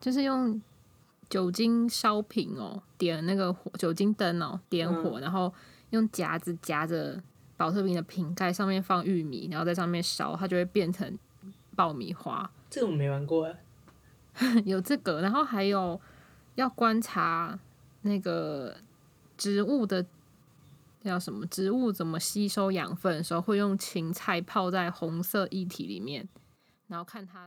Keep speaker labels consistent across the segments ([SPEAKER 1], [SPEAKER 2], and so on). [SPEAKER 1] 就是用酒精烧瓶哦，点那个火酒精灯哦，点火，然后用夹子夹着保特瓶的瓶盖，上面放玉米，然后在上面烧，它就会变成爆米花。
[SPEAKER 2] 这个我没玩过哎，
[SPEAKER 1] 有这个，然后还有要观察那个植物的叫什么？植物怎么吸收养分的时候，会用芹菜泡在红色液体里面，然后看它。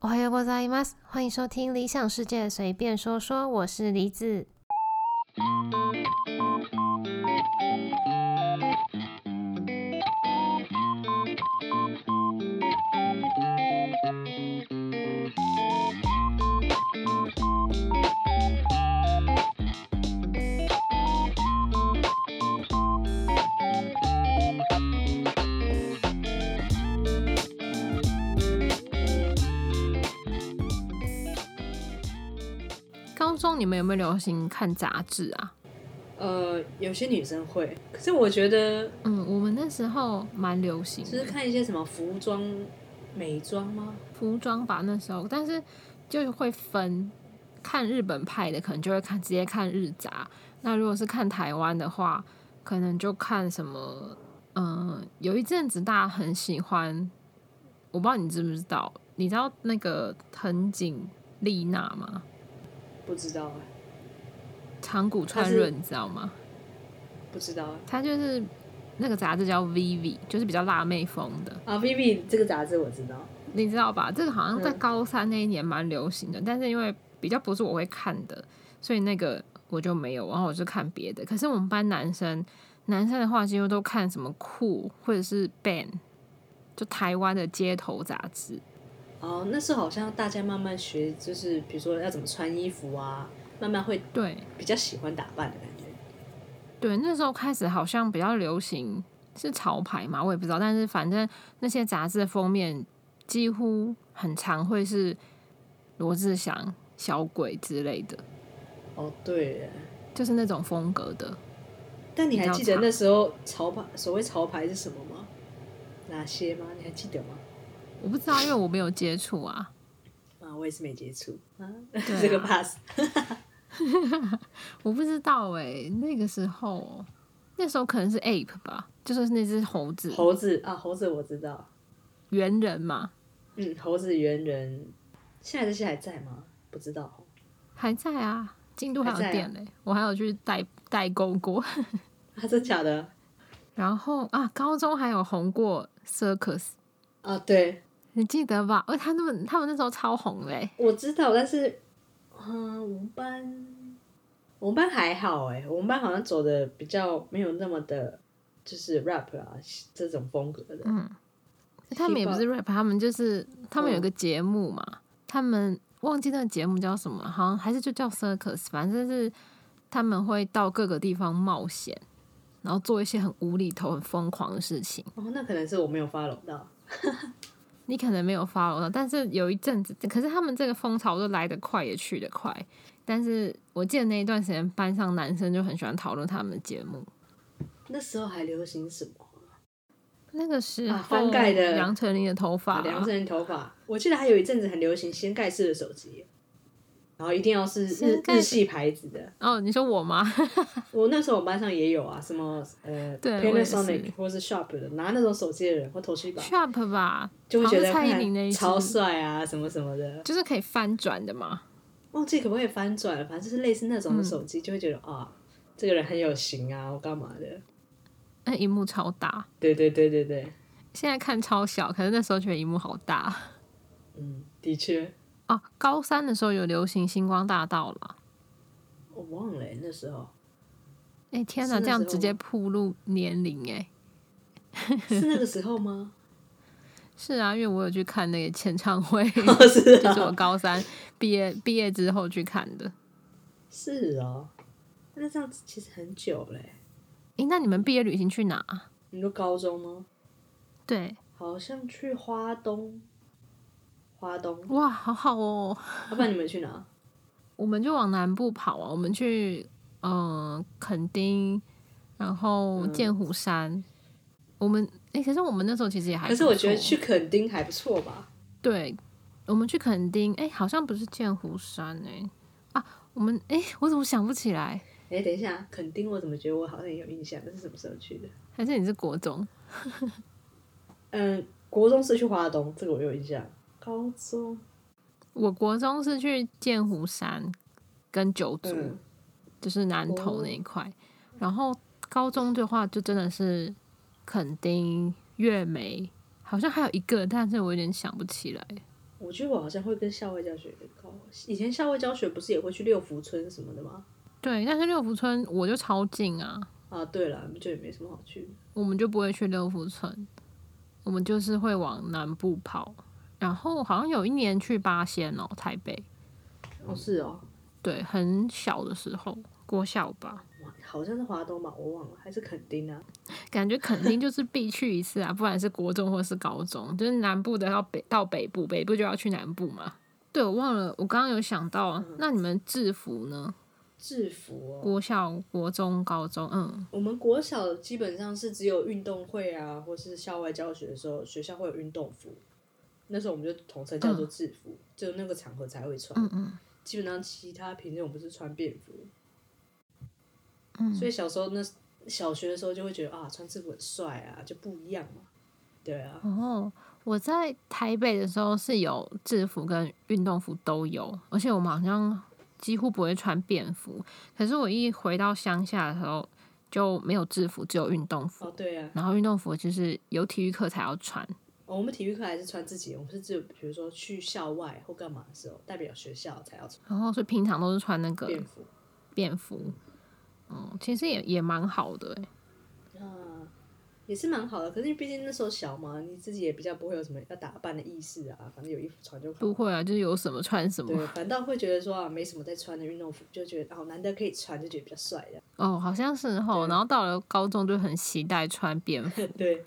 [SPEAKER 3] 我还有我在います，欢迎收听《理想世界随便说说》，我是梨子。
[SPEAKER 1] 高中你们有没有流行看杂志啊？
[SPEAKER 2] 呃，有些女生会，可是我觉得
[SPEAKER 1] 嗯，我们那时候蛮流行
[SPEAKER 2] 就是
[SPEAKER 1] 的
[SPEAKER 2] 看一些什么服装、美妆吗？
[SPEAKER 1] 服装吧，那时候，但是就会分看日本派的，可能就会看直接看日杂；那如果是看台湾的话，可能就看什么，嗯、有一阵子大家很喜欢，我不知道你知不知道，你知道那个藤井丽娜吗？
[SPEAKER 2] 不知道哎，
[SPEAKER 1] 长谷川
[SPEAKER 2] 她是
[SPEAKER 1] 润，你知道吗？
[SPEAKER 2] 不知道啊
[SPEAKER 1] 她就是那个杂志叫 Vivi，就是比较辣妹风的。
[SPEAKER 2] 哎。啊，Vivi 这个杂志我知道，
[SPEAKER 1] 你知道吧？这个好像在
[SPEAKER 2] 嗯
[SPEAKER 1] 高三那一年蛮流行的，但是因为比较不是我会看的，所以那个我就没有，然后我就看别的。可是我们班男生，男生的话几乎都看什么酷或者是 Ban，就台湾的街头杂志。
[SPEAKER 2] 哦，那时候好像大家慢慢学，就是比如说要怎么穿衣服啊，慢慢会
[SPEAKER 1] 对
[SPEAKER 2] 比较喜欢打扮的感觉。
[SPEAKER 1] 对，那时候开始好像比较流行是潮牌嘛，我也不知道，但是反正那些杂志的封面几乎很常会是罗志祥、小鬼之类的，
[SPEAKER 2] 哦，对耶，
[SPEAKER 1] 就是那种风格的。
[SPEAKER 2] 但你还
[SPEAKER 1] 比较
[SPEAKER 2] 记得
[SPEAKER 1] 长
[SPEAKER 2] 那时候潮牌所谓潮牌是什么吗？哪些吗？你还记得吗？
[SPEAKER 1] 我不知道，因为我没有接触 啊。
[SPEAKER 2] 啊，我也是没接触啊，
[SPEAKER 1] 啊
[SPEAKER 2] 这个 pass。
[SPEAKER 1] 我不知道哎、那个时候，那时候可能是 ape 吧，就是那只猴子，
[SPEAKER 2] 猴子啊，猴子我知道，
[SPEAKER 1] 猿人嘛，
[SPEAKER 2] 嗯，猴子猿人，现在这些还在吗？不知道。
[SPEAKER 1] 还在啊，进度还有
[SPEAKER 2] 还在啊
[SPEAKER 1] 店嘞、我还有去代代购过。
[SPEAKER 2] 啊，真假的？
[SPEAKER 1] 然后啊，高中还有红过 circus，
[SPEAKER 2] 啊，对，
[SPEAKER 1] 你记得吧？而他那么他们那时候超红欸嘞、
[SPEAKER 2] 我知道，但是，嗯，我们班，我们班还好哎，我们班好像走的比较没有那么的，就是 rap 啊这种风格的。
[SPEAKER 1] 嗯，他们也不是 rap，他们就是他们有一
[SPEAKER 2] 嗯
[SPEAKER 1] 个节目嘛，他们忘记那个节目叫什么，好像还是就叫 circus，反正就是他们会到各个地方冒险，然后做一些很无厘头、很疯狂的事情。
[SPEAKER 2] 哦，那可能是我没有 follow 到。
[SPEAKER 1] 你可能没有 follow 到，但是有一阵子，可是他们这个风潮就来得快，也去得快。但是我记得那一段时间，班上男生就很喜欢讨论他们的节目。
[SPEAKER 2] 那时候还流行什么？
[SPEAKER 1] 那个时候，
[SPEAKER 2] 啊翻盖的
[SPEAKER 1] 杨丞琳的头发、
[SPEAKER 2] 啊，梁振英头发，我记得还有一阵子很流行掀盖式的手机，然后一定要是日
[SPEAKER 1] 掀盖
[SPEAKER 2] 日系牌子的。
[SPEAKER 1] 哦，你说我吗？
[SPEAKER 2] 我那时候我班上也有啊，什么呃
[SPEAKER 1] 对我也是
[SPEAKER 2] Panasonic 或是 Sharp 的，拿那种手机的人或头绪吧，
[SPEAKER 1] Sharp 吧，
[SPEAKER 2] 就会觉得
[SPEAKER 1] 好像是蔡依林的
[SPEAKER 2] 看
[SPEAKER 1] 一支
[SPEAKER 2] 超帅啊，什么什么的。
[SPEAKER 1] 就是可以翻转的嘛。
[SPEAKER 2] 忘记可不可以翻转，反正就是类似那种
[SPEAKER 1] 嗯
[SPEAKER 2] 的手机，就会觉得啊，这个人很有型啊，我干嘛的？
[SPEAKER 1] 那荧幕超大，
[SPEAKER 2] 对对对对对，
[SPEAKER 1] 现在看超小，可是那时候觉得荧幕好大。
[SPEAKER 2] 嗯，的确，
[SPEAKER 1] 哦，高三的时候有流行星光大道了。
[SPEAKER 2] 我忘了欸、那 时候
[SPEAKER 1] 哎、天哪，
[SPEAKER 2] 是那
[SPEAKER 1] 这
[SPEAKER 2] 时候
[SPEAKER 1] 样直接暴露年龄哎、
[SPEAKER 2] 是那个时 候吗？
[SPEAKER 1] 是啊，因为我有去看那个演唱 会，
[SPEAKER 2] 哦，是
[SPEAKER 1] 就
[SPEAKER 2] 啊，
[SPEAKER 1] 是我高三毕业毕业之后去看的。
[SPEAKER 2] 是哦，那这样子其实很久嘞、
[SPEAKER 1] 诶、那你们毕业旅行去哪啊？
[SPEAKER 2] 你说高中吗？
[SPEAKER 1] 对，
[SPEAKER 2] 好像去花东，花东，
[SPEAKER 1] 哇，好好哦。
[SPEAKER 2] 要不然你们去哪？
[SPEAKER 1] 我们就往南部跑啊，我们去嗯、呃垦丁，然后剑湖山。我们哎、可是我们那时候其实也还不
[SPEAKER 2] 可
[SPEAKER 1] 错，
[SPEAKER 2] 是我觉得去垦丁还不错吧，
[SPEAKER 1] 对，我们去垦丁，哎、好像不是剑湖山哎、啊，我们哎、我怎么想不起来？
[SPEAKER 2] 哎，等一下，垦丁我怎么觉得我好像有印象？那是什么时候去的？
[SPEAKER 1] 还是你是国中？
[SPEAKER 2] 嗯，国中是去华东，这个我有印象。高中，
[SPEAKER 1] 我国中是去剑湖山跟九族，
[SPEAKER 2] 嗯，
[SPEAKER 1] 就是南投那一块。然后高中的话，就真的是垦丁、月眉，好像还有一个，但是我有点想不起来。
[SPEAKER 2] 我觉得我好像会跟校外教学高。以前校外教学不是也会去六福村什么的吗？
[SPEAKER 1] 对，但是六福村我就超近啊，
[SPEAKER 2] 啊，对了，就也没什么好去的。
[SPEAKER 1] 我们就不会去六福村，我们就是会往南部跑。然后好像有一年去八仙哦，台北，
[SPEAKER 2] 哦，是哦，
[SPEAKER 1] 对，很小的时候，国小吧，
[SPEAKER 2] 嗯哇好像是华东吧，我忘了，还是垦丁啊？
[SPEAKER 1] 感觉肯定就是必去一次啊， 不管是国中或是高中，就是南部的到北到北部，北部就要去南部嘛。对，我忘了，我刚刚有想到，那你们制服呢？
[SPEAKER 2] 制服哦，
[SPEAKER 1] 国小、国中、高中，嗯，
[SPEAKER 2] 我们国小基本上是只有运动会啊，或是校外教学的时候，学校会有运动服，那时候我们就统称叫做制服，就那个场合才会穿。嗯嗯基本上其他平日我们不是穿便服。嗯。所以小时候那小学的时候就会觉得啊，穿制服很帅啊，就不一样嘛。对啊，
[SPEAKER 1] 哦，我在台北的时候是有制服跟运动服都有，而且我们好像几乎不会穿便服。可是我一回到乡下的时候就没有制服，只有运动服。
[SPEAKER 2] 哦对啊，
[SPEAKER 1] 然后运动服就是有体育课才要穿。
[SPEAKER 2] 哦我们体育课还是穿自己，我们是只有比如说去校外或干嘛的时候，代表学校才要穿
[SPEAKER 1] 然后所以平常都是穿那个
[SPEAKER 2] 便服。
[SPEAKER 1] 便服，嗯，其实也也蛮好的欸、
[SPEAKER 2] 啊，也是蛮好的。可是毕竟那时候小嘛，你自己也比较不会有什么要打扮的意识啊，反正有衣服穿就好。
[SPEAKER 1] 不会啊，就是有什么穿什么。
[SPEAKER 2] 对，反倒会觉得说啊，没什么在穿的运动服，就觉得哦，难得可以穿，就觉得比较帅的。
[SPEAKER 1] 哦，好像是吼。
[SPEAKER 2] 对
[SPEAKER 1] 然后到了高中就很期待穿便服，
[SPEAKER 2] 对，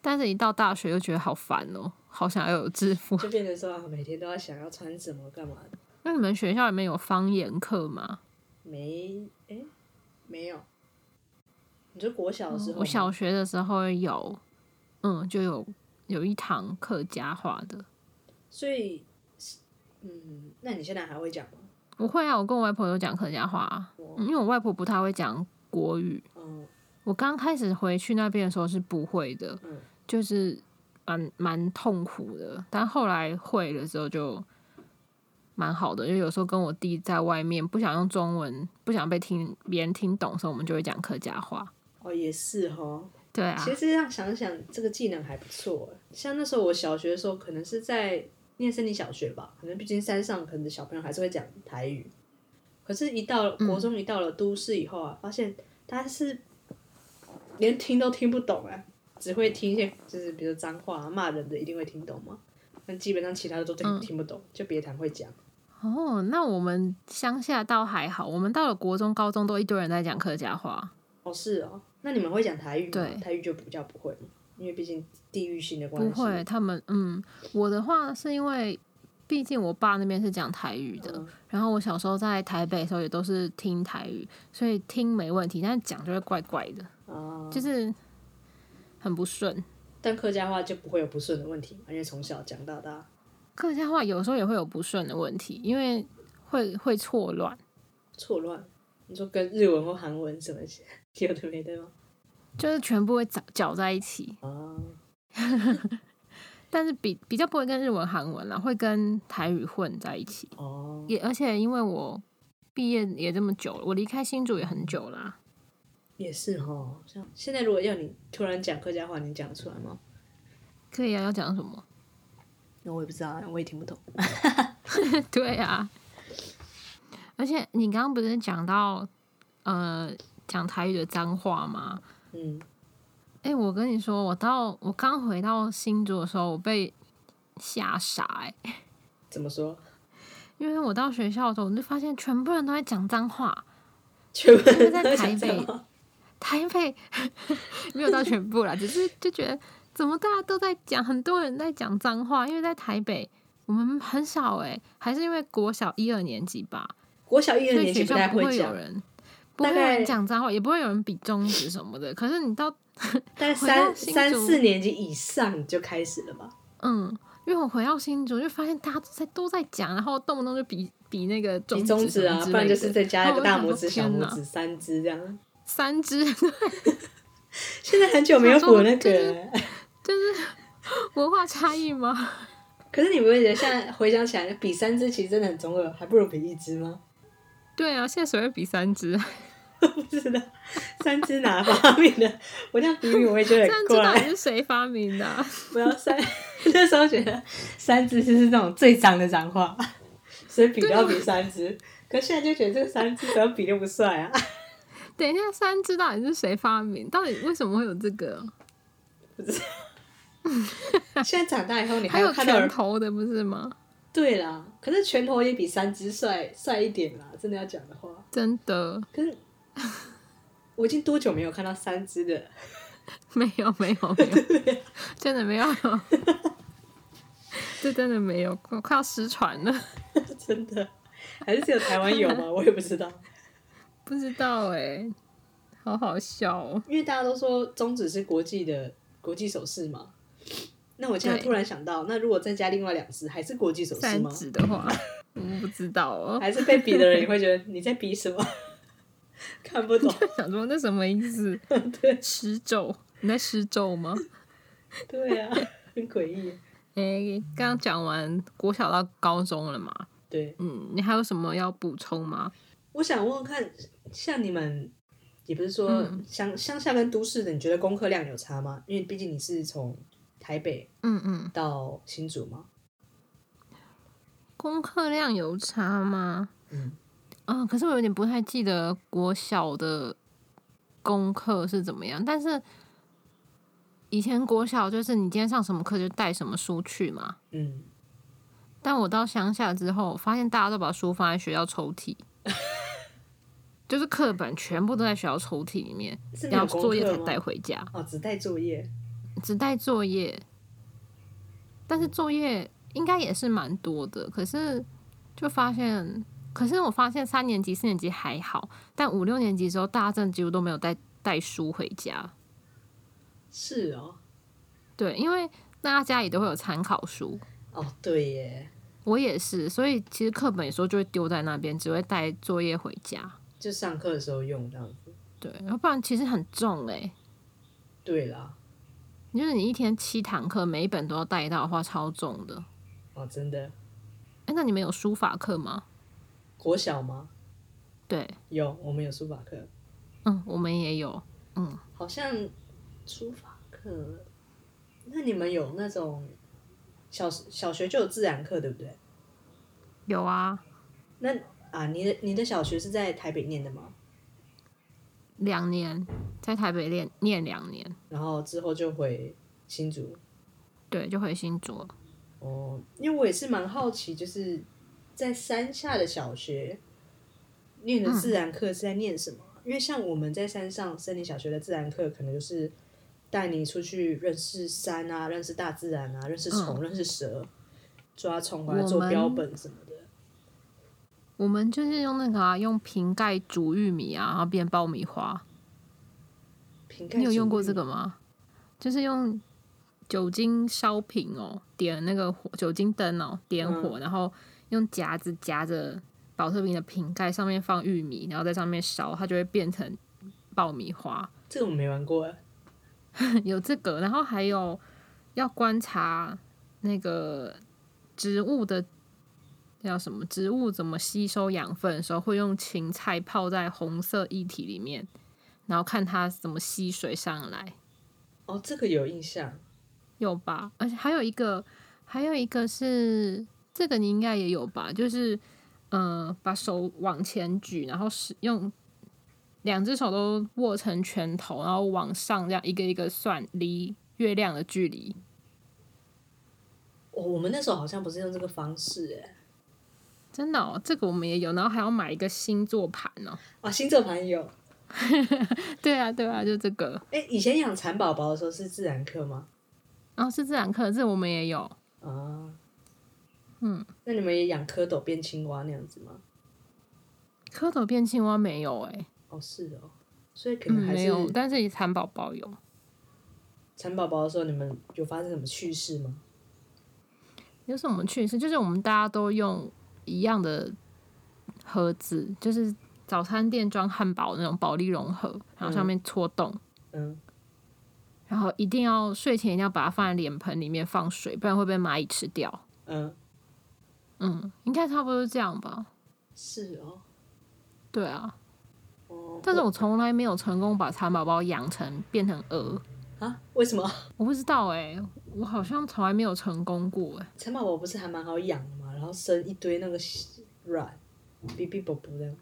[SPEAKER 1] 但是一到大学又觉得好烦哦、好想要有制服。
[SPEAKER 2] 就变成说啊，每天都要想要穿什么干嘛的，
[SPEAKER 1] 那你们学校里面有方言课吗？
[SPEAKER 2] 没哎、没有。你说国小的时候吗，
[SPEAKER 1] 哦我小学的时候有，嗯，就有有一堂客家话的。
[SPEAKER 2] 所以嗯，那你现在还会讲吗？
[SPEAKER 1] 我会啊，我跟我外婆都讲客家话啊、
[SPEAKER 2] 哦
[SPEAKER 1] 嗯因为我外婆不太会讲国语，
[SPEAKER 2] 嗯，
[SPEAKER 1] 我刚开始回去那边的时候是不会的，
[SPEAKER 2] 嗯
[SPEAKER 1] 就是蛮蛮痛苦的。但后来会了之后就蛮好的，因为有时候跟我弟在外面不想用中文，不想被听别人听懂的时候，我们就会讲客家话。
[SPEAKER 2] 哦，也是哈。
[SPEAKER 1] 对啊，
[SPEAKER 2] 其实这样想想，这个技能还不错欸。像那时候我小学的时候，可能是在念森林小学吧，可能毕竟山上可能小朋友还是会讲台语。可是，一到了
[SPEAKER 1] 嗯
[SPEAKER 2] 国中，一到了都市以后啊，发现他是连听都听不懂啊，只会听一些就是比如脏话、啊、骂人的，一定会听懂嘛。但基本上其他的都听、
[SPEAKER 1] 嗯
[SPEAKER 2] 听不懂，就别谈会讲。
[SPEAKER 1] 哦，那我们乡下倒还好，我们到了国中、高中都一堆人在讲客家话。
[SPEAKER 2] 哦，是哦，那你们会讲台语吗？
[SPEAKER 1] 对
[SPEAKER 2] 台语就比较不会嘛，因为毕竟地域性的关
[SPEAKER 1] 不
[SPEAKER 2] 系。
[SPEAKER 1] 会，他们嗯，我的话是因为，毕竟我爸那边是讲台语的，
[SPEAKER 2] 嗯
[SPEAKER 1] 然后我小时候在台北的时候也都是听台语，所以听没问题，但是讲就会怪怪的，
[SPEAKER 2] 啊，
[SPEAKER 1] 就是很不顺。
[SPEAKER 2] 但客家话就不会有不顺的问题嘛，因为从小讲到大。啊
[SPEAKER 1] 客家话有时候也会有不顺的问题，因为会会错乱，
[SPEAKER 2] 错乱。你说跟日文或韩文什么有的 没的吗？
[SPEAKER 1] 就是全部会搅搅在一起。
[SPEAKER 2] 啊，
[SPEAKER 1] 但是比比较不会跟日文、韩文啦，会跟台语混在一起。
[SPEAKER 2] 哦，
[SPEAKER 1] 也而且因为我毕业也这么久了，我离开新竹也很久啦、
[SPEAKER 2] 也是哦。像现在如果要你突然讲客家话，你讲得出来吗？
[SPEAKER 1] 可以啊，要讲什么？
[SPEAKER 2] 那我也不知道，啊我也听不懂。
[SPEAKER 1] 对啊，而且你刚刚不是讲到呃讲台语的脏话吗？
[SPEAKER 2] 嗯，
[SPEAKER 1] 哎、我跟你说，我到我刚回到新竹的时候，我被吓傻哎、
[SPEAKER 2] 怎么说？
[SPEAKER 1] 因为我到学校的时候，我就发现全部人都在讲脏话。
[SPEAKER 2] 全部
[SPEAKER 1] 就是
[SPEAKER 2] 人
[SPEAKER 1] 在
[SPEAKER 2] 都
[SPEAKER 1] 台
[SPEAKER 2] 讲这
[SPEAKER 1] 北
[SPEAKER 2] 样吗
[SPEAKER 1] 台北 没有到全部啦，只是就觉得怎么大家都在讲，很多人在讲脏话，因为在台北我们很少哎、还是因为国小一二年级吧，
[SPEAKER 2] 国小一
[SPEAKER 1] 所
[SPEAKER 2] 二
[SPEAKER 1] 以
[SPEAKER 2] 年
[SPEAKER 1] 学
[SPEAKER 2] 级
[SPEAKER 1] 校
[SPEAKER 2] 太
[SPEAKER 1] 不会有
[SPEAKER 2] 讲，
[SPEAKER 1] 人，不
[SPEAKER 2] 大
[SPEAKER 1] 会有人
[SPEAKER 2] 概
[SPEAKER 1] 讲脏话，也不会有人比中指什么的。可是你到
[SPEAKER 2] 大概
[SPEAKER 1] 回到
[SPEAKER 2] 三
[SPEAKER 1] 新
[SPEAKER 2] 三
[SPEAKER 1] 竹
[SPEAKER 2] 四年级以上你就开始了吧？
[SPEAKER 1] 嗯，因为我回到新竹就发现大家都在都在讲，然后动不动就比比那个中
[SPEAKER 2] 比中
[SPEAKER 1] 指
[SPEAKER 2] 指
[SPEAKER 1] 什
[SPEAKER 2] 啊，
[SPEAKER 1] 么之
[SPEAKER 2] 不然
[SPEAKER 1] 类
[SPEAKER 2] 就
[SPEAKER 1] 的哦
[SPEAKER 2] 是再加一个大拇指、小
[SPEAKER 1] 然后我就想说天
[SPEAKER 2] 拇
[SPEAKER 1] 哪
[SPEAKER 2] 指三只这样。
[SPEAKER 1] 三只，
[SPEAKER 2] 现在很久没有补那个
[SPEAKER 1] 想
[SPEAKER 2] 了，
[SPEAKER 1] 文化差异吗？
[SPEAKER 2] 可是你不会觉得现在回想起来，比三只其实真的很中二，还不如比一只吗？
[SPEAKER 1] 对啊，现在谁会比三只？啊
[SPEAKER 2] 不知道三只哪方面的？我这样比喻我也觉得
[SPEAKER 1] 三
[SPEAKER 2] 很
[SPEAKER 1] 只到底
[SPEAKER 2] 怪。
[SPEAKER 1] 是谁发明的啊、
[SPEAKER 2] 不要三，那时候觉得三只就是那种最脏的脏话，所以比都要比三只。可现在就觉得这个三只怎么比都不帅啊，
[SPEAKER 1] 等一下，三只到底是谁发明？到底为什么会有这个？
[SPEAKER 2] 现在长大以后你
[SPEAKER 1] 还
[SPEAKER 2] 哎有
[SPEAKER 1] 有
[SPEAKER 2] 看到
[SPEAKER 1] 拳
[SPEAKER 2] 人
[SPEAKER 1] 头的不是吗？
[SPEAKER 2] 对啦，可是拳头也比三只帅帅一点啦，真的要讲的话。
[SPEAKER 1] 真的
[SPEAKER 2] 可是我已经多久没有看到三只的？
[SPEAKER 1] 没有，没有，没有， 真的没有， 这真的没有，我快要失传了，
[SPEAKER 2] 真的，还是只有台湾有吗？我也不知道，
[SPEAKER 1] 不知道哎、好好笑哦、
[SPEAKER 2] 因为大家都说中指是国际的国际手势嘛。那我现在
[SPEAKER 1] 对
[SPEAKER 2] 突然想到，那如果再加另外两只，还是国际手势
[SPEAKER 1] 三
[SPEAKER 2] 吗？
[SPEAKER 1] 指的话，我不知道哦、
[SPEAKER 2] 还是被比的人也会觉得你在比什么？ 看 不懂，
[SPEAKER 1] 想说那什么意思？
[SPEAKER 2] 对
[SPEAKER 1] 施咒？你在施咒吗？
[SPEAKER 2] 对啊，很诡异。
[SPEAKER 1] 哎、刚刚讲完国小到高中了嘛？
[SPEAKER 2] 对，
[SPEAKER 1] 嗯，你还有什么要补充吗？
[SPEAKER 2] 我想问问看，像你们，也不是说
[SPEAKER 1] 嗯
[SPEAKER 2] 乡乡、下跟都市的，你觉得功课量有差吗？因为毕竟你是从台北
[SPEAKER 1] 嗯嗯，
[SPEAKER 2] 到新竹嘛。
[SPEAKER 1] 功课量有差吗？
[SPEAKER 2] 嗯
[SPEAKER 1] 嗯，可是我有点不太记得国小的功课是怎么样，但是以前国小就是你今天上什么课就带什么书去嘛。
[SPEAKER 2] 嗯，
[SPEAKER 1] 但我到乡下之后，发现大家都把书放在学校抽屉， 就是课本全部都在学校抽屉里面，
[SPEAKER 2] 是没
[SPEAKER 1] 然
[SPEAKER 2] 有
[SPEAKER 1] 后
[SPEAKER 2] 功
[SPEAKER 1] 作业才
[SPEAKER 2] 课吗？
[SPEAKER 1] 带回家。
[SPEAKER 2] 哦，只带作业。
[SPEAKER 1] 只带作业，但是作业应该也是蛮多的。可是就发现，可是我发现三年级、四年级还好，但五六年级之后，大家真的几乎都没有带带书回家。
[SPEAKER 2] 是哦，
[SPEAKER 1] 对，因为大家家里都会有参考书，
[SPEAKER 2] 哦对耶，
[SPEAKER 1] 我也是，所以其实课本有时候就会丢在那边，只会带作业回家。
[SPEAKER 2] 就上课的时候用这样子。
[SPEAKER 1] 对，要不然其实很重诶、
[SPEAKER 2] 对啦，
[SPEAKER 1] 就是你一天七堂课，每一本都要带到的话，超重的。
[SPEAKER 2] 哦真的，
[SPEAKER 1] 哎、那你们有书法课吗？
[SPEAKER 2] 国小吗？
[SPEAKER 1] 对，
[SPEAKER 2] 有，我们有书法课，
[SPEAKER 1] 嗯，我们也有。
[SPEAKER 2] 好像书法课。那你们有那种小小学就有自然课对不对？
[SPEAKER 1] 有啊，
[SPEAKER 2] 那啊，你的你的小学是在台北念的吗？
[SPEAKER 1] 两年，在台北练念两年，
[SPEAKER 2] 然后之后就回新竹。
[SPEAKER 1] 对，就回新竹了。
[SPEAKER 2] 哦，因为我也是蛮好奇，就是在山下的小学念的自然课是在念什么？因为像我们在山上森林小学的自然课，可能就是带你出去认识山啊，认识大自然啊，认识虫，
[SPEAKER 1] 嗯
[SPEAKER 2] 认识蛇，抓虫啊，
[SPEAKER 1] 我
[SPEAKER 2] 做
[SPEAKER 1] 们
[SPEAKER 2] 标本什么的。
[SPEAKER 1] 我们就是用那个啊，用瓶盖煮玉米啊，然后变爆米花。
[SPEAKER 2] 瓶盖
[SPEAKER 1] 你有用过
[SPEAKER 2] 植物
[SPEAKER 1] 这个吗？就是用酒精烧瓶哦，点那个火酒精灯哦，点火，然后用夹子夹着保特瓶的瓶盖，上面放玉米，然后在上面烧，它就会变成爆米花。
[SPEAKER 2] 这个我没玩过啊，
[SPEAKER 1] 有这个，然后还有要观察那个植物的叫什么？植物怎么吸收养分的时候，会用芹菜泡在红色液体里面，然后看它怎么吸水上来，
[SPEAKER 2] 哦，这个有印象，
[SPEAKER 1] 有吧？而且还有一个，还有一个是这个你应该也有吧？就是呃，把手往前举，然后使用。两只手都握成拳头，然后往上这样一个一个算离月亮的距离，
[SPEAKER 2] 哦，我们那时候好像不是用这个方式哎，
[SPEAKER 1] 真的哦，这个我们也有，然后还要买一个星座盘哦。
[SPEAKER 2] 啊，星座盘也有，
[SPEAKER 1] 对啊，对啊，就这个。
[SPEAKER 2] 哎，以前养蚕宝宝的时候是自然课吗？
[SPEAKER 1] 然后哦是自然课，这我们也有。
[SPEAKER 2] 啊，
[SPEAKER 1] 嗯，
[SPEAKER 2] 那你们也养蝌蚪变青蛙那样子吗？
[SPEAKER 1] 蝌蚪变青蛙没有哎、
[SPEAKER 2] 哦，是哦，所以可
[SPEAKER 1] 嗯，
[SPEAKER 2] 能还
[SPEAKER 1] 没
[SPEAKER 2] 是
[SPEAKER 1] 有，但是蚕宝宝有。
[SPEAKER 2] 蚕宝宝的时候，你们有发生什么趣事吗？
[SPEAKER 1] 有什么趣事？就是我们大家都用一样的盒子，就是早餐店装汉堡那种保利融合，然后上面戳洞，
[SPEAKER 2] 嗯，
[SPEAKER 1] 然后一定要睡前一定要把它放在脸盆里面放水，不然会被蚂蚁吃掉。
[SPEAKER 2] 嗯，
[SPEAKER 1] 嗯，应该差不多这样吧。
[SPEAKER 2] 是哦，
[SPEAKER 1] 对啊，
[SPEAKER 2] 哦，
[SPEAKER 1] 但是我从来没有成功把蚕宝宝养成变成鹅，
[SPEAKER 2] 啊，为什么
[SPEAKER 1] 我不知道哎、我好像从来没有成功过哎、
[SPEAKER 2] 蚕宝宝不是还蛮好养的嘛？然后生一堆那个卵，哔哔啵啵的，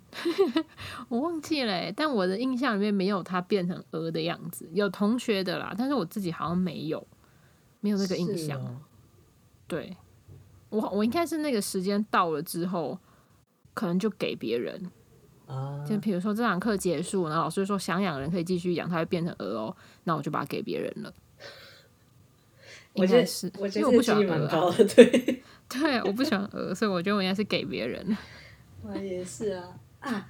[SPEAKER 1] 我忘记了、欸，但我的印象里面没有它变成鹅的样子，有同学的啦，但是我自己好像没有，没有这个印
[SPEAKER 2] 是
[SPEAKER 1] 象。
[SPEAKER 2] 哦
[SPEAKER 1] 对，我我应该是那个时间到了之后，可能就给别人，
[SPEAKER 2] 啊，
[SPEAKER 1] 就比如说这堂课结束，然后老师说想养的人可以继续养，它会变成鹅哦，那我就把它给别人了。
[SPEAKER 2] 我
[SPEAKER 1] 应
[SPEAKER 2] 觉
[SPEAKER 1] 该
[SPEAKER 2] 得
[SPEAKER 1] 是，
[SPEAKER 2] 我觉
[SPEAKER 1] 因为
[SPEAKER 2] 得这
[SPEAKER 1] 我
[SPEAKER 2] 个
[SPEAKER 1] 不喜
[SPEAKER 2] 几
[SPEAKER 1] 欢
[SPEAKER 2] 率
[SPEAKER 1] 鹅
[SPEAKER 2] 蛮
[SPEAKER 1] 啊、
[SPEAKER 2] 高的， 对，
[SPEAKER 1] 对，我不喜欢鹅，所以我觉得我应该是给别人。
[SPEAKER 2] 我也是啊啊。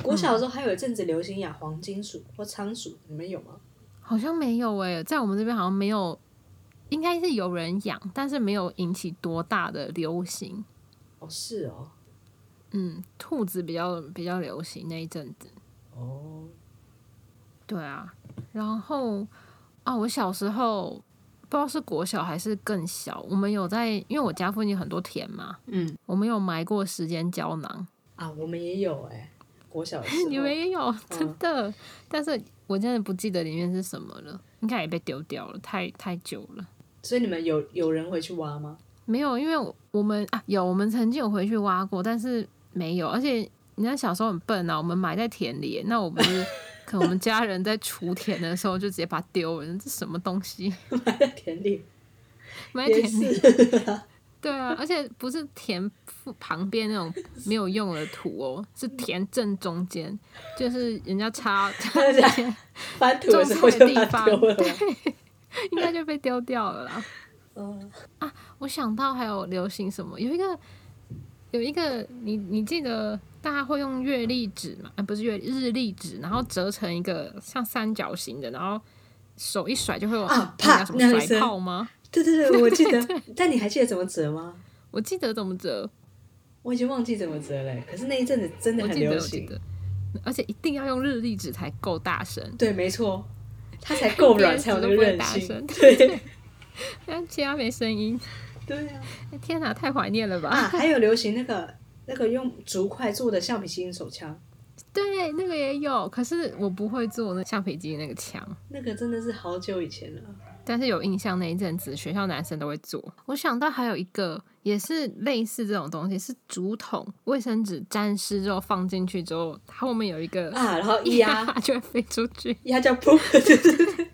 [SPEAKER 2] 国小的时候还有一阵子流行养黄金鼠或仓鼠，你们有吗？
[SPEAKER 1] 好像没有诶、在我们这边好像没有，应该是有人养，但是没有引起多大的流行。
[SPEAKER 2] 哦，是哦，
[SPEAKER 1] 嗯，兔子比较比较流行那一阵子。
[SPEAKER 2] 哦，
[SPEAKER 1] 对啊，然后啊，我小时候不知道是国小还是更小，我们有在，因为我家附近很多田嘛，
[SPEAKER 2] 嗯，
[SPEAKER 1] 我们有埋过时间胶囊，
[SPEAKER 2] 啊，我们也有哎、国小的时 候，
[SPEAKER 1] 你们也
[SPEAKER 2] 嗯
[SPEAKER 1] 有真的，但是我真的不记得里面是什么了，应该也被丢掉了，太太久了。
[SPEAKER 2] 所以你们有有人回去挖吗？
[SPEAKER 1] 没有，因为我我们啊有，我们曾经有回去挖过，但是没有。而且你看小时候很笨啊，我们埋在田里耶，那我不 是可能我们家人在锄田的时候就直接把它丢了，这什么东西？
[SPEAKER 2] 埋在田里，
[SPEAKER 1] 埋在
[SPEAKER 2] 也
[SPEAKER 1] 田 里，
[SPEAKER 2] 是，
[SPEAKER 1] 对啊，而且不是田附旁边那种没有用的土哦，是田正中间，就是人家插
[SPEAKER 2] 人家翻土的时候就把它丢了吗。
[SPEAKER 1] 应该就被丢掉了啦。
[SPEAKER 2] 嗯，
[SPEAKER 1] 我想到还有流行什么，有一个有一个，你你记得大家会用月历纸嘛？啊，不是月历日历纸，然后折成一个像三角形的，然后手一甩就会有
[SPEAKER 2] 啊
[SPEAKER 1] 那叫
[SPEAKER 2] 啪
[SPEAKER 1] 什
[SPEAKER 2] 那样
[SPEAKER 1] 么
[SPEAKER 2] 一
[SPEAKER 1] 甩
[SPEAKER 2] 声
[SPEAKER 1] 炮吗？
[SPEAKER 2] 对对对，我记得。 但你还记得怎么折吗？
[SPEAKER 1] 我记得怎么折，
[SPEAKER 2] 我已经忘记怎么折嘞。可是那一阵子真的
[SPEAKER 1] 我
[SPEAKER 2] 很
[SPEAKER 1] 记得
[SPEAKER 2] 流
[SPEAKER 1] 我记
[SPEAKER 2] 行。
[SPEAKER 1] 得，而且一定要用日历纸才够大声，
[SPEAKER 2] 对，没错，它才够软，才有那个韧
[SPEAKER 1] 别人
[SPEAKER 2] 性。
[SPEAKER 1] 指
[SPEAKER 2] 对
[SPEAKER 1] 但其他没声音。
[SPEAKER 2] 对 啊
[SPEAKER 1] 天哪，太怀念了吧！
[SPEAKER 2] 啊！还有流行那个那个用竹块做的橡皮筋手枪，
[SPEAKER 1] 对，那个也有，可是我不会做那橡皮筋那个枪。
[SPEAKER 2] 那个真的是好久以前了。
[SPEAKER 1] 但是有印象那一阵子，学校男生都会做。我想到还有一个也是类似这种东西，是竹筒卫生纸沾湿之后放进去之后，它后面有一个
[SPEAKER 2] 啊然后一
[SPEAKER 1] 压
[SPEAKER 2] 压
[SPEAKER 1] 就会飞出去。
[SPEAKER 2] 压叫噗，对对对。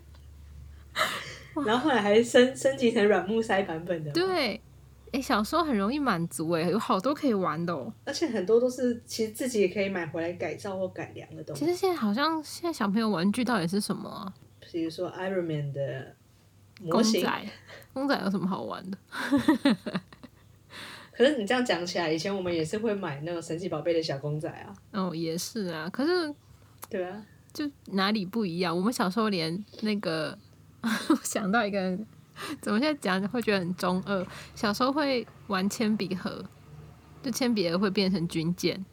[SPEAKER 2] 然后后来还升升级成软木塞版本的，
[SPEAKER 1] 对，哎、小时候很容易满足哎、有好多可以玩的哦、
[SPEAKER 2] 而且很多都是其实自己也可以买回来改造或改良的东
[SPEAKER 1] 其
[SPEAKER 2] 西，
[SPEAKER 1] 实现在好像现在小朋友玩具到底是什么啊、
[SPEAKER 2] 比如说 Iron Man 的模
[SPEAKER 1] 公
[SPEAKER 2] 型。
[SPEAKER 1] 仔，公仔有什么好玩的？
[SPEAKER 2] 可是你这样讲起来，以前我们也是会买那个神奇宝贝的小公仔啊，
[SPEAKER 1] 哦，也是啊，可是
[SPEAKER 2] 对啊，
[SPEAKER 1] 就哪里不一样？我们小时候连那个， 我想到一个，怎么现在讲会觉得很中二？小时候会玩铅笔盒，就铅笔盒会变成军舰，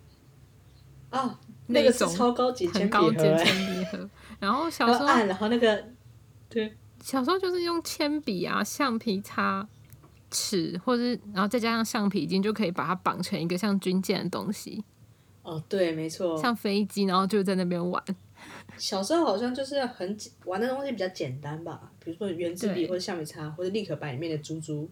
[SPEAKER 2] 哦，
[SPEAKER 1] 那
[SPEAKER 2] 那个是
[SPEAKER 1] 种
[SPEAKER 2] 超高级铅
[SPEAKER 1] 很
[SPEAKER 2] 笔
[SPEAKER 1] 高
[SPEAKER 2] 盒、
[SPEAKER 1] 阶铅
[SPEAKER 2] 欸，
[SPEAKER 1] 笔盒。然后小
[SPEAKER 2] 然
[SPEAKER 1] 时
[SPEAKER 2] 后
[SPEAKER 1] 候
[SPEAKER 2] 按，然后那个对，
[SPEAKER 1] 小时候就是用铅笔啊、橡皮擦、尺，或者是然后再加上橡皮筋，就可以把它绑成一个像军舰的东西，
[SPEAKER 2] 哦对，没错，
[SPEAKER 1] 像飞机，然后就在那边玩。
[SPEAKER 2] 小时候好像就是很简玩的东西比较简单吧，比如说圆珠笔
[SPEAKER 1] 对
[SPEAKER 2] 或者橡皮擦或者立可白里面的珠珠，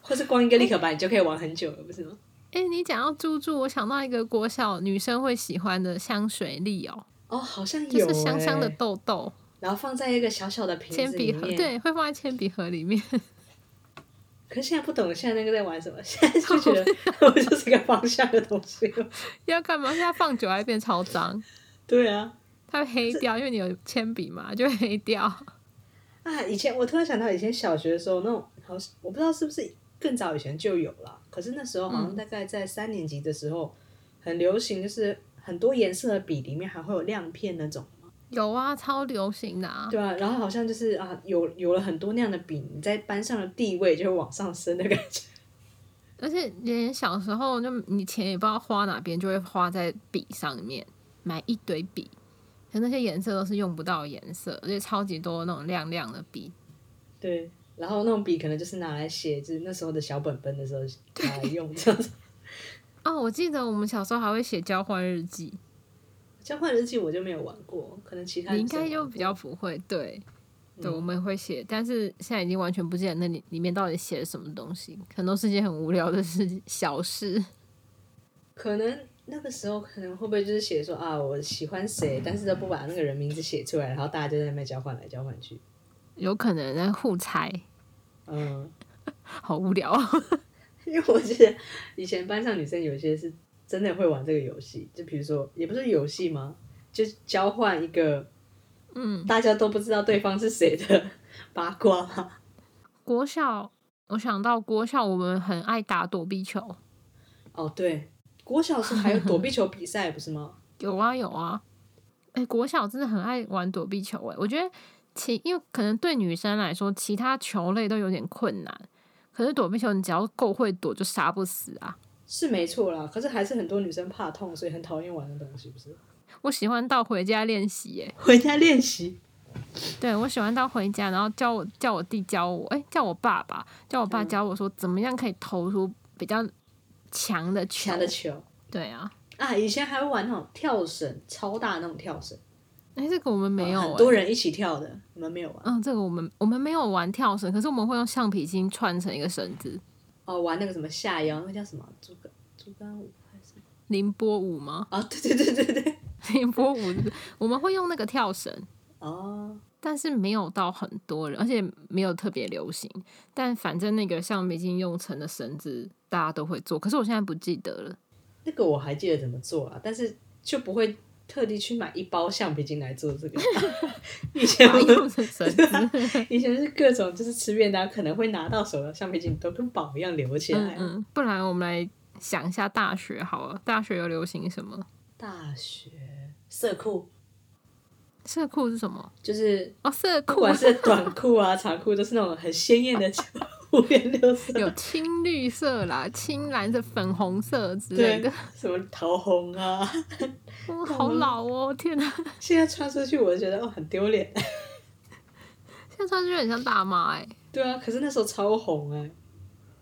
[SPEAKER 2] 或是光一个立可白你就可以玩很久了，不是吗？
[SPEAKER 1] 哎、你讲到猪猪，我想到一个国小女生会喜欢的香水粒哦、
[SPEAKER 2] 哦，好像有、欸，
[SPEAKER 1] 就是香香的豆豆，
[SPEAKER 2] 然后放在一个小小的瓶
[SPEAKER 1] 铅
[SPEAKER 2] 子
[SPEAKER 1] 笔
[SPEAKER 2] 里
[SPEAKER 1] 盒
[SPEAKER 2] 面。，
[SPEAKER 1] 对，会放在铅笔盒里面。
[SPEAKER 2] 可是现在不懂现在那个在玩什么，现在就觉得 我就是个方向的东西了。
[SPEAKER 1] 要干嘛？现在放久了会变超脏，
[SPEAKER 2] 对啊，
[SPEAKER 1] 它会黑掉，因为你有铅笔嘛，就会黑掉。
[SPEAKER 2] 啊，以前我突然想到以前小学的时候那种，好像我不知道是不是更早以前就有了，可是那时候好
[SPEAKER 1] 嗯
[SPEAKER 2] 像大概在三年级的时候，很流行，就是很多颜色的笔里面还会有亮片那种嘛。
[SPEAKER 1] 有啊，超流行的啊。
[SPEAKER 2] 对啊，然后好像就是啊，有有了很多那样的饼，你在班上的地位就会往上升的感觉。
[SPEAKER 1] 而且连小时候就你钱也不知道花哪边，就会花在笔上面，买一堆笔，可那些颜色都是用不到的颜色，而且超级多那种亮亮的笔。
[SPEAKER 2] 对，然后那种笔可能就是拿来写，就是那时候的小本本的时候拿来用这样子。
[SPEAKER 1] 哦，我记得我们小时候还会写交换日记，
[SPEAKER 2] 交换日记我就没有玩过，可能其他
[SPEAKER 1] 你
[SPEAKER 2] 人
[SPEAKER 1] 应该
[SPEAKER 2] 玩
[SPEAKER 1] 就
[SPEAKER 2] 过
[SPEAKER 1] 比较不会。对，对，
[SPEAKER 2] 嗯
[SPEAKER 1] 我们也会写，但是现在已经完全不记得那里里面到底写了什么东西，可能都是一些很无聊的事小事。
[SPEAKER 2] 可能那个时候可能会不会就是写说啊，我喜欢谁，但是都不把那个人名字写出来，然后大家就在那边交换来交换去。
[SPEAKER 1] 有可能在互猜，
[SPEAKER 2] 嗯，
[SPEAKER 1] 好无聊啊！
[SPEAKER 2] 因为我记得以前班上女生有些是真的会玩这个游戏，就比如说也不是游戏吗？就交换一个
[SPEAKER 1] 嗯，
[SPEAKER 2] 大家都不知道对方是谁的八卦嘛。
[SPEAKER 1] 国小，我想到国小，我们很爱打躲避球。
[SPEAKER 2] 哦，对，国小时候还有躲避球比赛不是吗？
[SPEAKER 1] 有啊有啊，哎、国小真的很爱玩躲避球哎、我觉得其因为可能对女生来说，其他球类都有点困难，可是躲避球你只要够会躲就杀不死啊。
[SPEAKER 2] 是没错啦，可是还是很多女生怕痛，所以很讨厌玩的东西，不是？
[SPEAKER 1] 我喜欢到回家练习哎，
[SPEAKER 2] 回家练习，
[SPEAKER 1] 对我喜欢到回家，然后叫我叫我弟教我，哎、叫我爸爸叫我爸
[SPEAKER 2] 嗯
[SPEAKER 1] 教我说怎么样可以投出比较强的球，
[SPEAKER 2] 抢的球。
[SPEAKER 1] 对啊，
[SPEAKER 2] 啊，以前还会玩那种跳绳，超大那种跳绳，哦
[SPEAKER 1] 哎、这个我们没有、
[SPEAKER 2] 嗯很
[SPEAKER 1] 欸，
[SPEAKER 2] 多人一起跳的，你们没有玩？
[SPEAKER 1] 嗯，这个我们我们没有玩跳绳，可是我们会用橡皮筋串成一个绳子，
[SPEAKER 2] 哦，玩那个什么下腰，那个叫什么竹竿竹竿舞还是什么？
[SPEAKER 1] 凌波舞吗？
[SPEAKER 2] 啊，对对对对对，
[SPEAKER 1] 凌波舞，我们会用那个跳绳，
[SPEAKER 2] 哦，
[SPEAKER 1] 但是没有到很多人，而且没有特别流行。但反正那个橡皮筋用成的绳子，大家都会做。可是我现在不记得 了。
[SPEAKER 2] 那个我还记得怎么做啊，但是就不会特地去买一包橡皮筋来做这个。 以前
[SPEAKER 1] 哪
[SPEAKER 2] 我
[SPEAKER 1] 用
[SPEAKER 2] 们
[SPEAKER 1] 成绳子？
[SPEAKER 2] 以前是各种就是吃便当可能会拿到手的橡皮筋都跟宝一样留起
[SPEAKER 1] 嗯
[SPEAKER 2] 来。
[SPEAKER 1] 嗯，不然我们来想一下大学好了。大学有流行什么？
[SPEAKER 2] 大学色裤
[SPEAKER 1] 色裤是什么？
[SPEAKER 2] 就是
[SPEAKER 1] 哦，色
[SPEAKER 2] 不
[SPEAKER 1] 裤
[SPEAKER 2] 管是短裤啊、长裤，都是那种很鲜艳的 五颜六色。
[SPEAKER 1] 有青绿色啦、青蓝色、粉红色之类的。
[SPEAKER 2] 什么桃红啊！
[SPEAKER 1] 哇，好老哦！天哪，
[SPEAKER 2] 现在穿出去，我就觉得哦很丢脸。
[SPEAKER 1] 现在穿就很像大妈哎、
[SPEAKER 2] 对啊，可是那时候超红哎、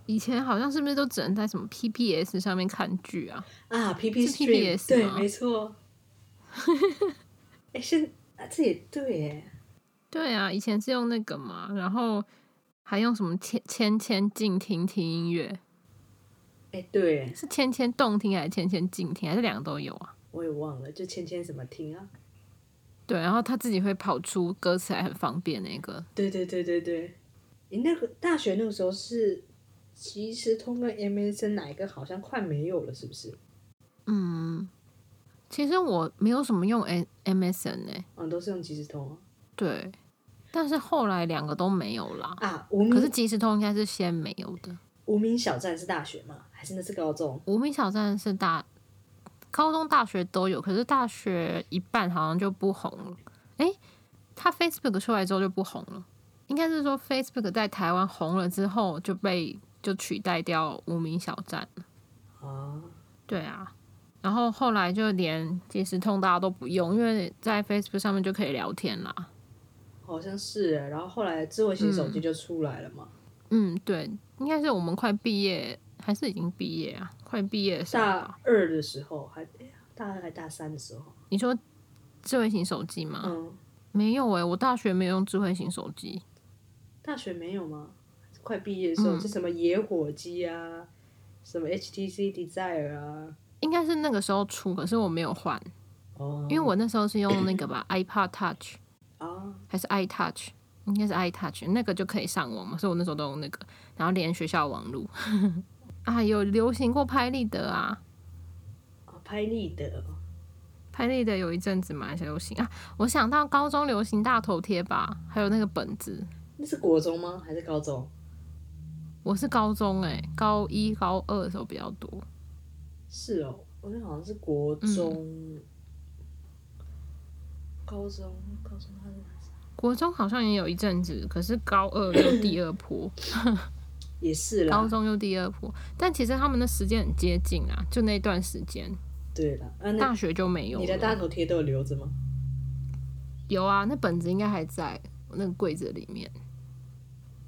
[SPEAKER 1] 以前好像是不是都只能在什么 PPS 上面看剧啊？
[SPEAKER 2] 啊，P P
[SPEAKER 1] 是
[SPEAKER 2] Stream，
[SPEAKER 1] PPS
[SPEAKER 2] 对，
[SPEAKER 1] 吗
[SPEAKER 2] 没错。 哎、现啊这也对耶，
[SPEAKER 1] 对啊，以前是用那个嘛，然后还用什么千千千静听听音乐，
[SPEAKER 2] 哎、对耶，
[SPEAKER 1] 是千千动听还是千千静听，还是两个都有啊？
[SPEAKER 2] 我也忘了，就芊芊怎么听啊？
[SPEAKER 1] 对，然后他自己会跑出歌词，还很方便那个。
[SPEAKER 2] 对对对对对，你、那个大学那个时候是即时通跟 M S N 哪一个好像快没有了，是不是？
[SPEAKER 1] 嗯，其实我没有什么用 M MSN 呢、
[SPEAKER 2] 嗯，都是用即时通啊。
[SPEAKER 1] 对，但是后来两个都没有啦。
[SPEAKER 2] 啊，无
[SPEAKER 1] 可是
[SPEAKER 2] 名
[SPEAKER 1] 即时通应该是先没有的，
[SPEAKER 2] 无名小站是大学吗？还是那是高中？
[SPEAKER 1] 无名小站是大高中、大学都有，可是大学一半好像就不红了。诶，他 Facebook 出来之后就不红了，应该是说 Facebook 在台湾红了之后就被就取代掉无名小站了。
[SPEAKER 2] 啊，
[SPEAKER 1] 对啊，然后后来就连即时通大家都不用，因为在 Facebook 上面就可以聊天啦。
[SPEAKER 2] 好像是耶。然后后来智慧型手机就出来了嘛，
[SPEAKER 1] 嗯，对，应该是我们快毕业，还是已经毕业啊？快毕业的时候吧，
[SPEAKER 2] 大二的时候还哎呀大二还大三的时候，
[SPEAKER 1] 你说智慧型手机吗？
[SPEAKER 2] 嗯。
[SPEAKER 1] 没有诶、我大学没有用智慧型手机。
[SPEAKER 2] 大学没有吗？快毕业的时候，
[SPEAKER 1] 嗯
[SPEAKER 2] 就什么野火机啊，什么 HTC Desire 啊，
[SPEAKER 1] 应该是那个时候出，可是我没有换，
[SPEAKER 2] 哦，
[SPEAKER 1] 因为我那时候是用那个吧 iPod Touch
[SPEAKER 2] 啊，
[SPEAKER 1] 还是 iTouch，应该是 iTouch，那个就可以上网嘛，所以我那时候都用那个，然后连学校网路 啊，有流行过拍立得啊，
[SPEAKER 2] 哦拍立得，
[SPEAKER 1] 拍立得有一阵子嘛还是流行啊，我想到高中流行大头贴吧，还有那个本子，
[SPEAKER 2] 那是国中吗？还是高中？
[SPEAKER 1] 我是高中诶、高一高二的时候比较多，嗯
[SPEAKER 2] 是哦，我觉得好像是国中，高中，高中他是
[SPEAKER 1] 国中好像也有一阵子，可是高二又第二波，
[SPEAKER 2] 嗯也是啦，
[SPEAKER 1] 高中又第二波，但其实他们的时间很接近啊，就那段时间，
[SPEAKER 2] 对啦，啊，那
[SPEAKER 1] 大学就没有
[SPEAKER 2] 你的
[SPEAKER 1] 了。
[SPEAKER 2] 大头贴都有留着吗？
[SPEAKER 1] 有啊，那本子应该还在那个柜子里面，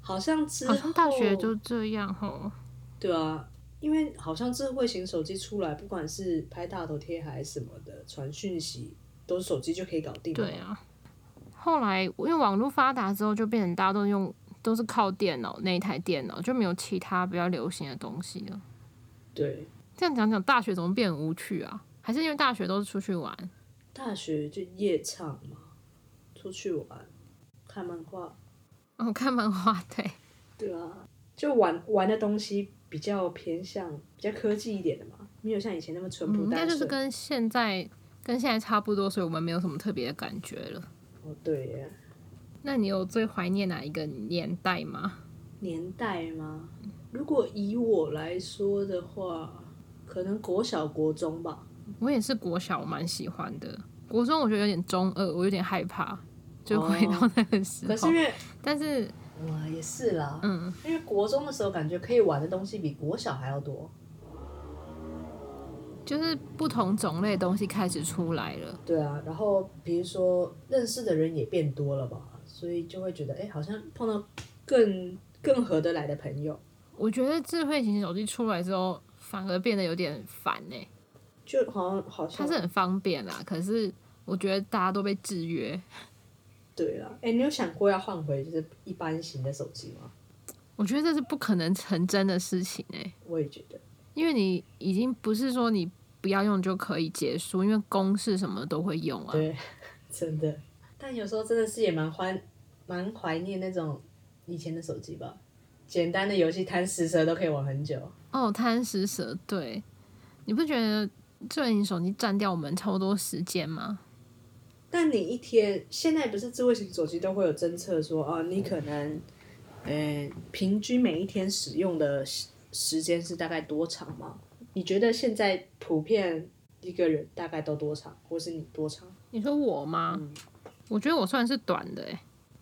[SPEAKER 2] 好像之后
[SPEAKER 1] 好像大学就这样
[SPEAKER 2] 哦
[SPEAKER 1] 吼。
[SPEAKER 2] 对啊，因为好像智慧型手机出来，不管是拍大头贴还是什么的，传讯息都是手机就可以搞定了嘛。
[SPEAKER 1] 对啊，后来因为网络发达之后，就变成大家都用都是靠电脑那一台电脑，就没有其他比较流行的东西了。
[SPEAKER 2] 对，
[SPEAKER 1] 这样讲讲，大学怎么变无趣啊？还是因为大学都是出去玩？
[SPEAKER 2] 大学就夜唱嘛，出去玩，看漫画，
[SPEAKER 1] 哦，看漫画对，
[SPEAKER 2] 对啊，就玩玩的东西比较偏向比较科技一点的嘛，没有像以前那么淳朴
[SPEAKER 1] 嗯，应该
[SPEAKER 2] 单
[SPEAKER 1] 就
[SPEAKER 2] 纯。
[SPEAKER 1] 是跟现在跟现在差不多，所以我们没有什么特别的感觉了。
[SPEAKER 2] 哦，对耶，
[SPEAKER 1] 那你有最怀念哪一个年代吗？
[SPEAKER 2] 年代吗？如果以我来说的话，可能国小国中吧。
[SPEAKER 1] 我也是国小，我蛮喜欢的。国中我觉得有点中二，我有点害怕，就回到那个时候。
[SPEAKER 2] 哦可是因为
[SPEAKER 1] 但是
[SPEAKER 2] 我也是啦，
[SPEAKER 1] 嗯，
[SPEAKER 2] 因为国中的时候感觉可以玩的东西比国小还要多。
[SPEAKER 1] 就是不同种类的东西开始出来了。
[SPEAKER 2] 对啊，然后比如说认识的人也变多了吧，所以就会觉得哎，好像碰到更更合得来的朋友，
[SPEAKER 1] 我觉得智慧型手机出来之后，反而变得有点烦呢、
[SPEAKER 2] 就好像好
[SPEAKER 1] 它
[SPEAKER 2] 像
[SPEAKER 1] 是很方便啦，可是我觉得大家都被制约。
[SPEAKER 2] 对啦。哎，你有想过要换回就是一般型的手机吗？
[SPEAKER 1] 我觉得这是不可能成真的事情哎、
[SPEAKER 2] 我也觉得，
[SPEAKER 1] 因为你已经不是说你不要用就可以结束，因为公式什么都会用啊。
[SPEAKER 2] 对， 真的。但有时候真的是也蛮欢蛮怀念那种以前的手机吧，简单的游戏贪食蛇都可以玩很久。
[SPEAKER 1] 哦，贪食蛇，对，你不觉得智能手机占掉我们超多时间吗？
[SPEAKER 2] 但你一天现在不是智慧型手机都会有侦测说啊，你可能，呃，平均每一天使用的时时间是大概多长吗？你觉得现在普遍一个人大概都多长，或是你多长？
[SPEAKER 1] 你说我吗？
[SPEAKER 2] 嗯
[SPEAKER 1] 我觉得我算是短的诶，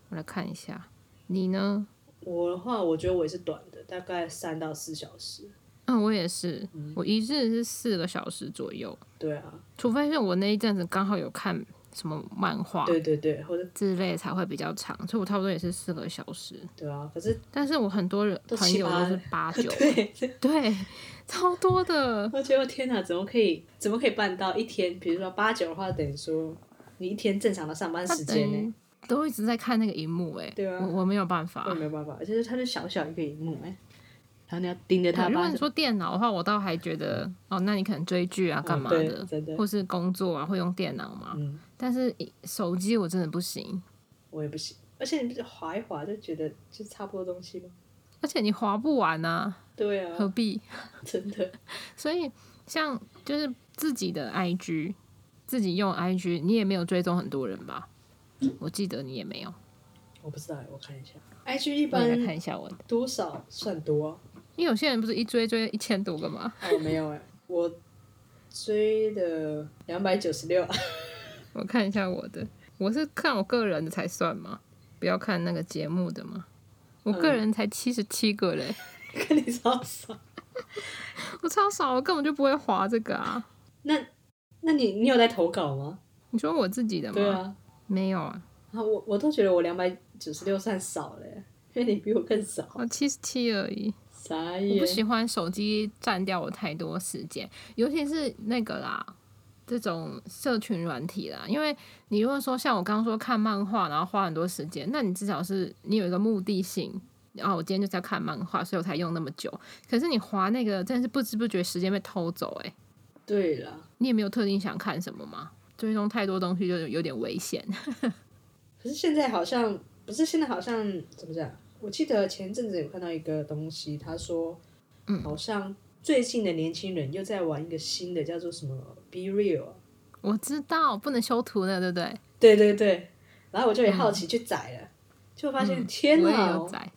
[SPEAKER 1] 我来看一下，你呢？
[SPEAKER 2] 我的话，我觉得我也是短的，大概三到四小时。
[SPEAKER 1] 嗯，我也是，我一日是四个小时左右，
[SPEAKER 2] 对啊，
[SPEAKER 1] 除非是我那一阵子刚好有看什么漫画
[SPEAKER 2] 对对对，或者
[SPEAKER 1] 之类才会比较长，所以我差不多也是四个小时。
[SPEAKER 2] 对啊，可是
[SPEAKER 1] 但是我很多人
[SPEAKER 2] 都
[SPEAKER 1] 朋
[SPEAKER 2] 七
[SPEAKER 1] 友
[SPEAKER 2] 八
[SPEAKER 1] 都是
[SPEAKER 2] 了
[SPEAKER 1] 八 九，
[SPEAKER 2] 对，
[SPEAKER 1] 对，超多的。
[SPEAKER 2] 我觉得天哪，怎么可以怎么可以办到一天？比如说八九的话，等于说你一天正常的上班
[SPEAKER 1] 他
[SPEAKER 2] 时
[SPEAKER 1] 等
[SPEAKER 2] 间呢、
[SPEAKER 1] 于都一直在看那个荧幕、哎，
[SPEAKER 2] 对啊
[SPEAKER 1] 我我没有办法
[SPEAKER 2] 我。也没有办法，就是它就小小一个荧幕哎、然后你要盯着它
[SPEAKER 1] 对如果
[SPEAKER 2] 吧
[SPEAKER 1] 你。说电脑的话，我倒还觉得哦，那你可能追剧啊，干嘛
[SPEAKER 2] 对
[SPEAKER 1] 的，
[SPEAKER 2] 真的
[SPEAKER 1] 或是工作啊，会用电脑嘛。
[SPEAKER 2] 嗯
[SPEAKER 1] 但是一手机我真的不行，
[SPEAKER 2] 我也不行，而且你不是划一划就觉得就差不多东西吗？
[SPEAKER 1] 而且你划不完啊，
[SPEAKER 2] 对
[SPEAKER 1] 何
[SPEAKER 2] 啊，
[SPEAKER 1] 必？
[SPEAKER 2] 真的，
[SPEAKER 1] 所以像就是自己的 IG，自己用 IG，你也没有追踪很多人吧？
[SPEAKER 2] 嗯
[SPEAKER 1] 我记得你也没有，
[SPEAKER 2] 我不知道，欸我 看一下，IG 一
[SPEAKER 1] 我也
[SPEAKER 2] 般
[SPEAKER 1] 来看一下我的。
[SPEAKER 2] 多少算多啊？
[SPEAKER 1] 因为有些人不是一追追一千多个吗？
[SPEAKER 2] 哦，没有哎、我追的两百九十六，啊
[SPEAKER 1] 我看一下我的，我是看我个人的才算吗？不要看那个节目的吗？我个人
[SPEAKER 2] 嗯
[SPEAKER 1] 才七十七个嘞，
[SPEAKER 2] 跟你超少。
[SPEAKER 1] 我超少，我根本就不会划这个啊！
[SPEAKER 2] 那那你你有在投稿吗？
[SPEAKER 1] 你说我自己的吗？
[SPEAKER 2] 对，啊，
[SPEAKER 1] 没有啊，
[SPEAKER 2] 啊我我都觉得我两百九十六算少嘞、因为你比我更少，
[SPEAKER 1] 我七十七而已。
[SPEAKER 2] 傻
[SPEAKER 1] 我
[SPEAKER 2] 眼
[SPEAKER 1] 不。喜欢手机占掉我太多时间，尤其是那个啦，这种社群软体啦。因为你如果说像我刚刚说看漫画，然后花很多时间，那你至少是你有一个目的性。然后我今天就是要看漫画，所以我才用那么久。可是你划那个，真的是不知不觉时间被偷走、欸，诶，
[SPEAKER 2] 对了。
[SPEAKER 1] 你也没有特定想看什么吗？追踪太多东西就有点危险。
[SPEAKER 2] 可是现在好像不是现在好像怎么讲？我记得前阵子有看到一个东西，他说，
[SPEAKER 1] 嗯
[SPEAKER 2] 好像最近的年轻人又在玩一个新的叫做什么 Be Real，啊
[SPEAKER 1] 我知道不能修图呢，对不对？
[SPEAKER 2] 对对对，然后我就也好奇去载了，就发现、天
[SPEAKER 1] 嗯我也
[SPEAKER 2] 哪
[SPEAKER 1] 有，在。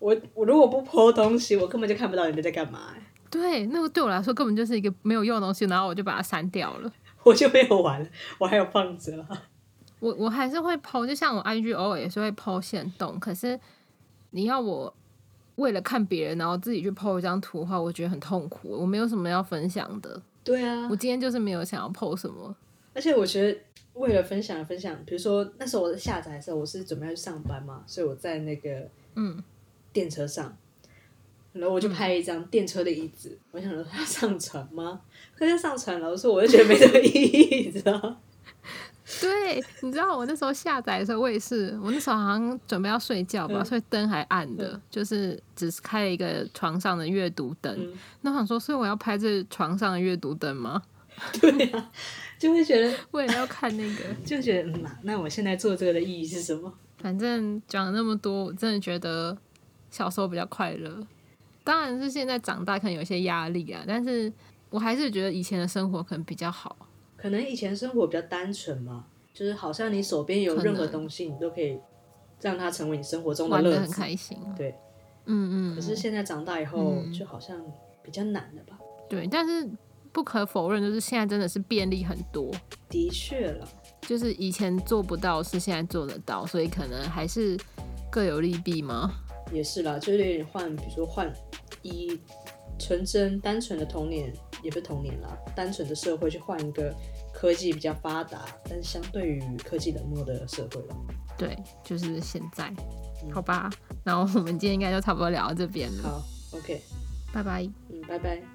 [SPEAKER 2] 我我如果不 po 东西，我根本就看不到人家在干嘛、哎
[SPEAKER 1] 对，那个对我来说根本就是一个没有用的东西，然后我就把它删掉了。
[SPEAKER 2] 我就没有玩了，我还有放着啊，
[SPEAKER 1] 我我还是会 PO，就像我 IG 偶尔也是会 PO 线动，可是你要我为了看别人，然后自己去 PO 一张图的话，我觉得很痛苦。我没有什么要分享的，
[SPEAKER 2] 对啊
[SPEAKER 1] 我，今天就是没有想要 PO 什么。
[SPEAKER 2] 而且我觉得为了分享而分享，比如说那时候我在下载的时候，我是准备要去上班嘛，所以我在那个
[SPEAKER 1] 嗯
[SPEAKER 2] 电车上，然后我就拍了一张电车的椅子，我想说他上传吗？他就上传了，我说我就觉得没这个意义，你知道吗？
[SPEAKER 1] 对，你知道我那时候下载的时候，我也是，我那时候好像准备要睡觉吧，
[SPEAKER 2] 嗯
[SPEAKER 1] 所以灯还暗的，就是只是开了一个床上的阅读灯。
[SPEAKER 2] 嗯
[SPEAKER 1] 那我想说，所以我要拍这床上的阅读灯吗？
[SPEAKER 2] 对啊，就会觉得
[SPEAKER 1] 为了要看那个，
[SPEAKER 2] 就觉得嗯、啊，那我现在做这个的意义是什么？
[SPEAKER 1] 反正讲了那么多，我真的觉得小时候比较快乐。当然是现在长大可能有一些压力啊，但是我还是觉得以前的生活可能比较好。
[SPEAKER 2] 可能以前生活比较单纯嘛，就是好像你手边有任
[SPEAKER 1] 可
[SPEAKER 2] 何
[SPEAKER 1] 能
[SPEAKER 2] 东西，你都可以让它成为你生活中的
[SPEAKER 1] 玩的
[SPEAKER 2] 乐
[SPEAKER 1] 很
[SPEAKER 2] 子。
[SPEAKER 1] 开心。啊
[SPEAKER 2] 对，
[SPEAKER 1] 嗯嗯，
[SPEAKER 2] 可是现在长大以后，
[SPEAKER 1] 嗯
[SPEAKER 2] 就好像比较难了吧？
[SPEAKER 1] 对，但是不可否认，就是现在真的是便利很多，
[SPEAKER 2] 的确了，
[SPEAKER 1] 就是以前做不到是现在做得到，所以可能还是各有利弊嘛。
[SPEAKER 2] 也是啦，就有点换，比如说换以纯真单纯的童年，也不是童年啦，单纯的社会去换一个科技比较发达，但相对于科技冷漠的社会了。
[SPEAKER 1] 对，就是现在，
[SPEAKER 2] 嗯
[SPEAKER 1] 好吧。然后我们今天应该就差不多聊到这边了，
[SPEAKER 2] 好，OK，
[SPEAKER 1] 拜拜。
[SPEAKER 2] 嗯，拜拜。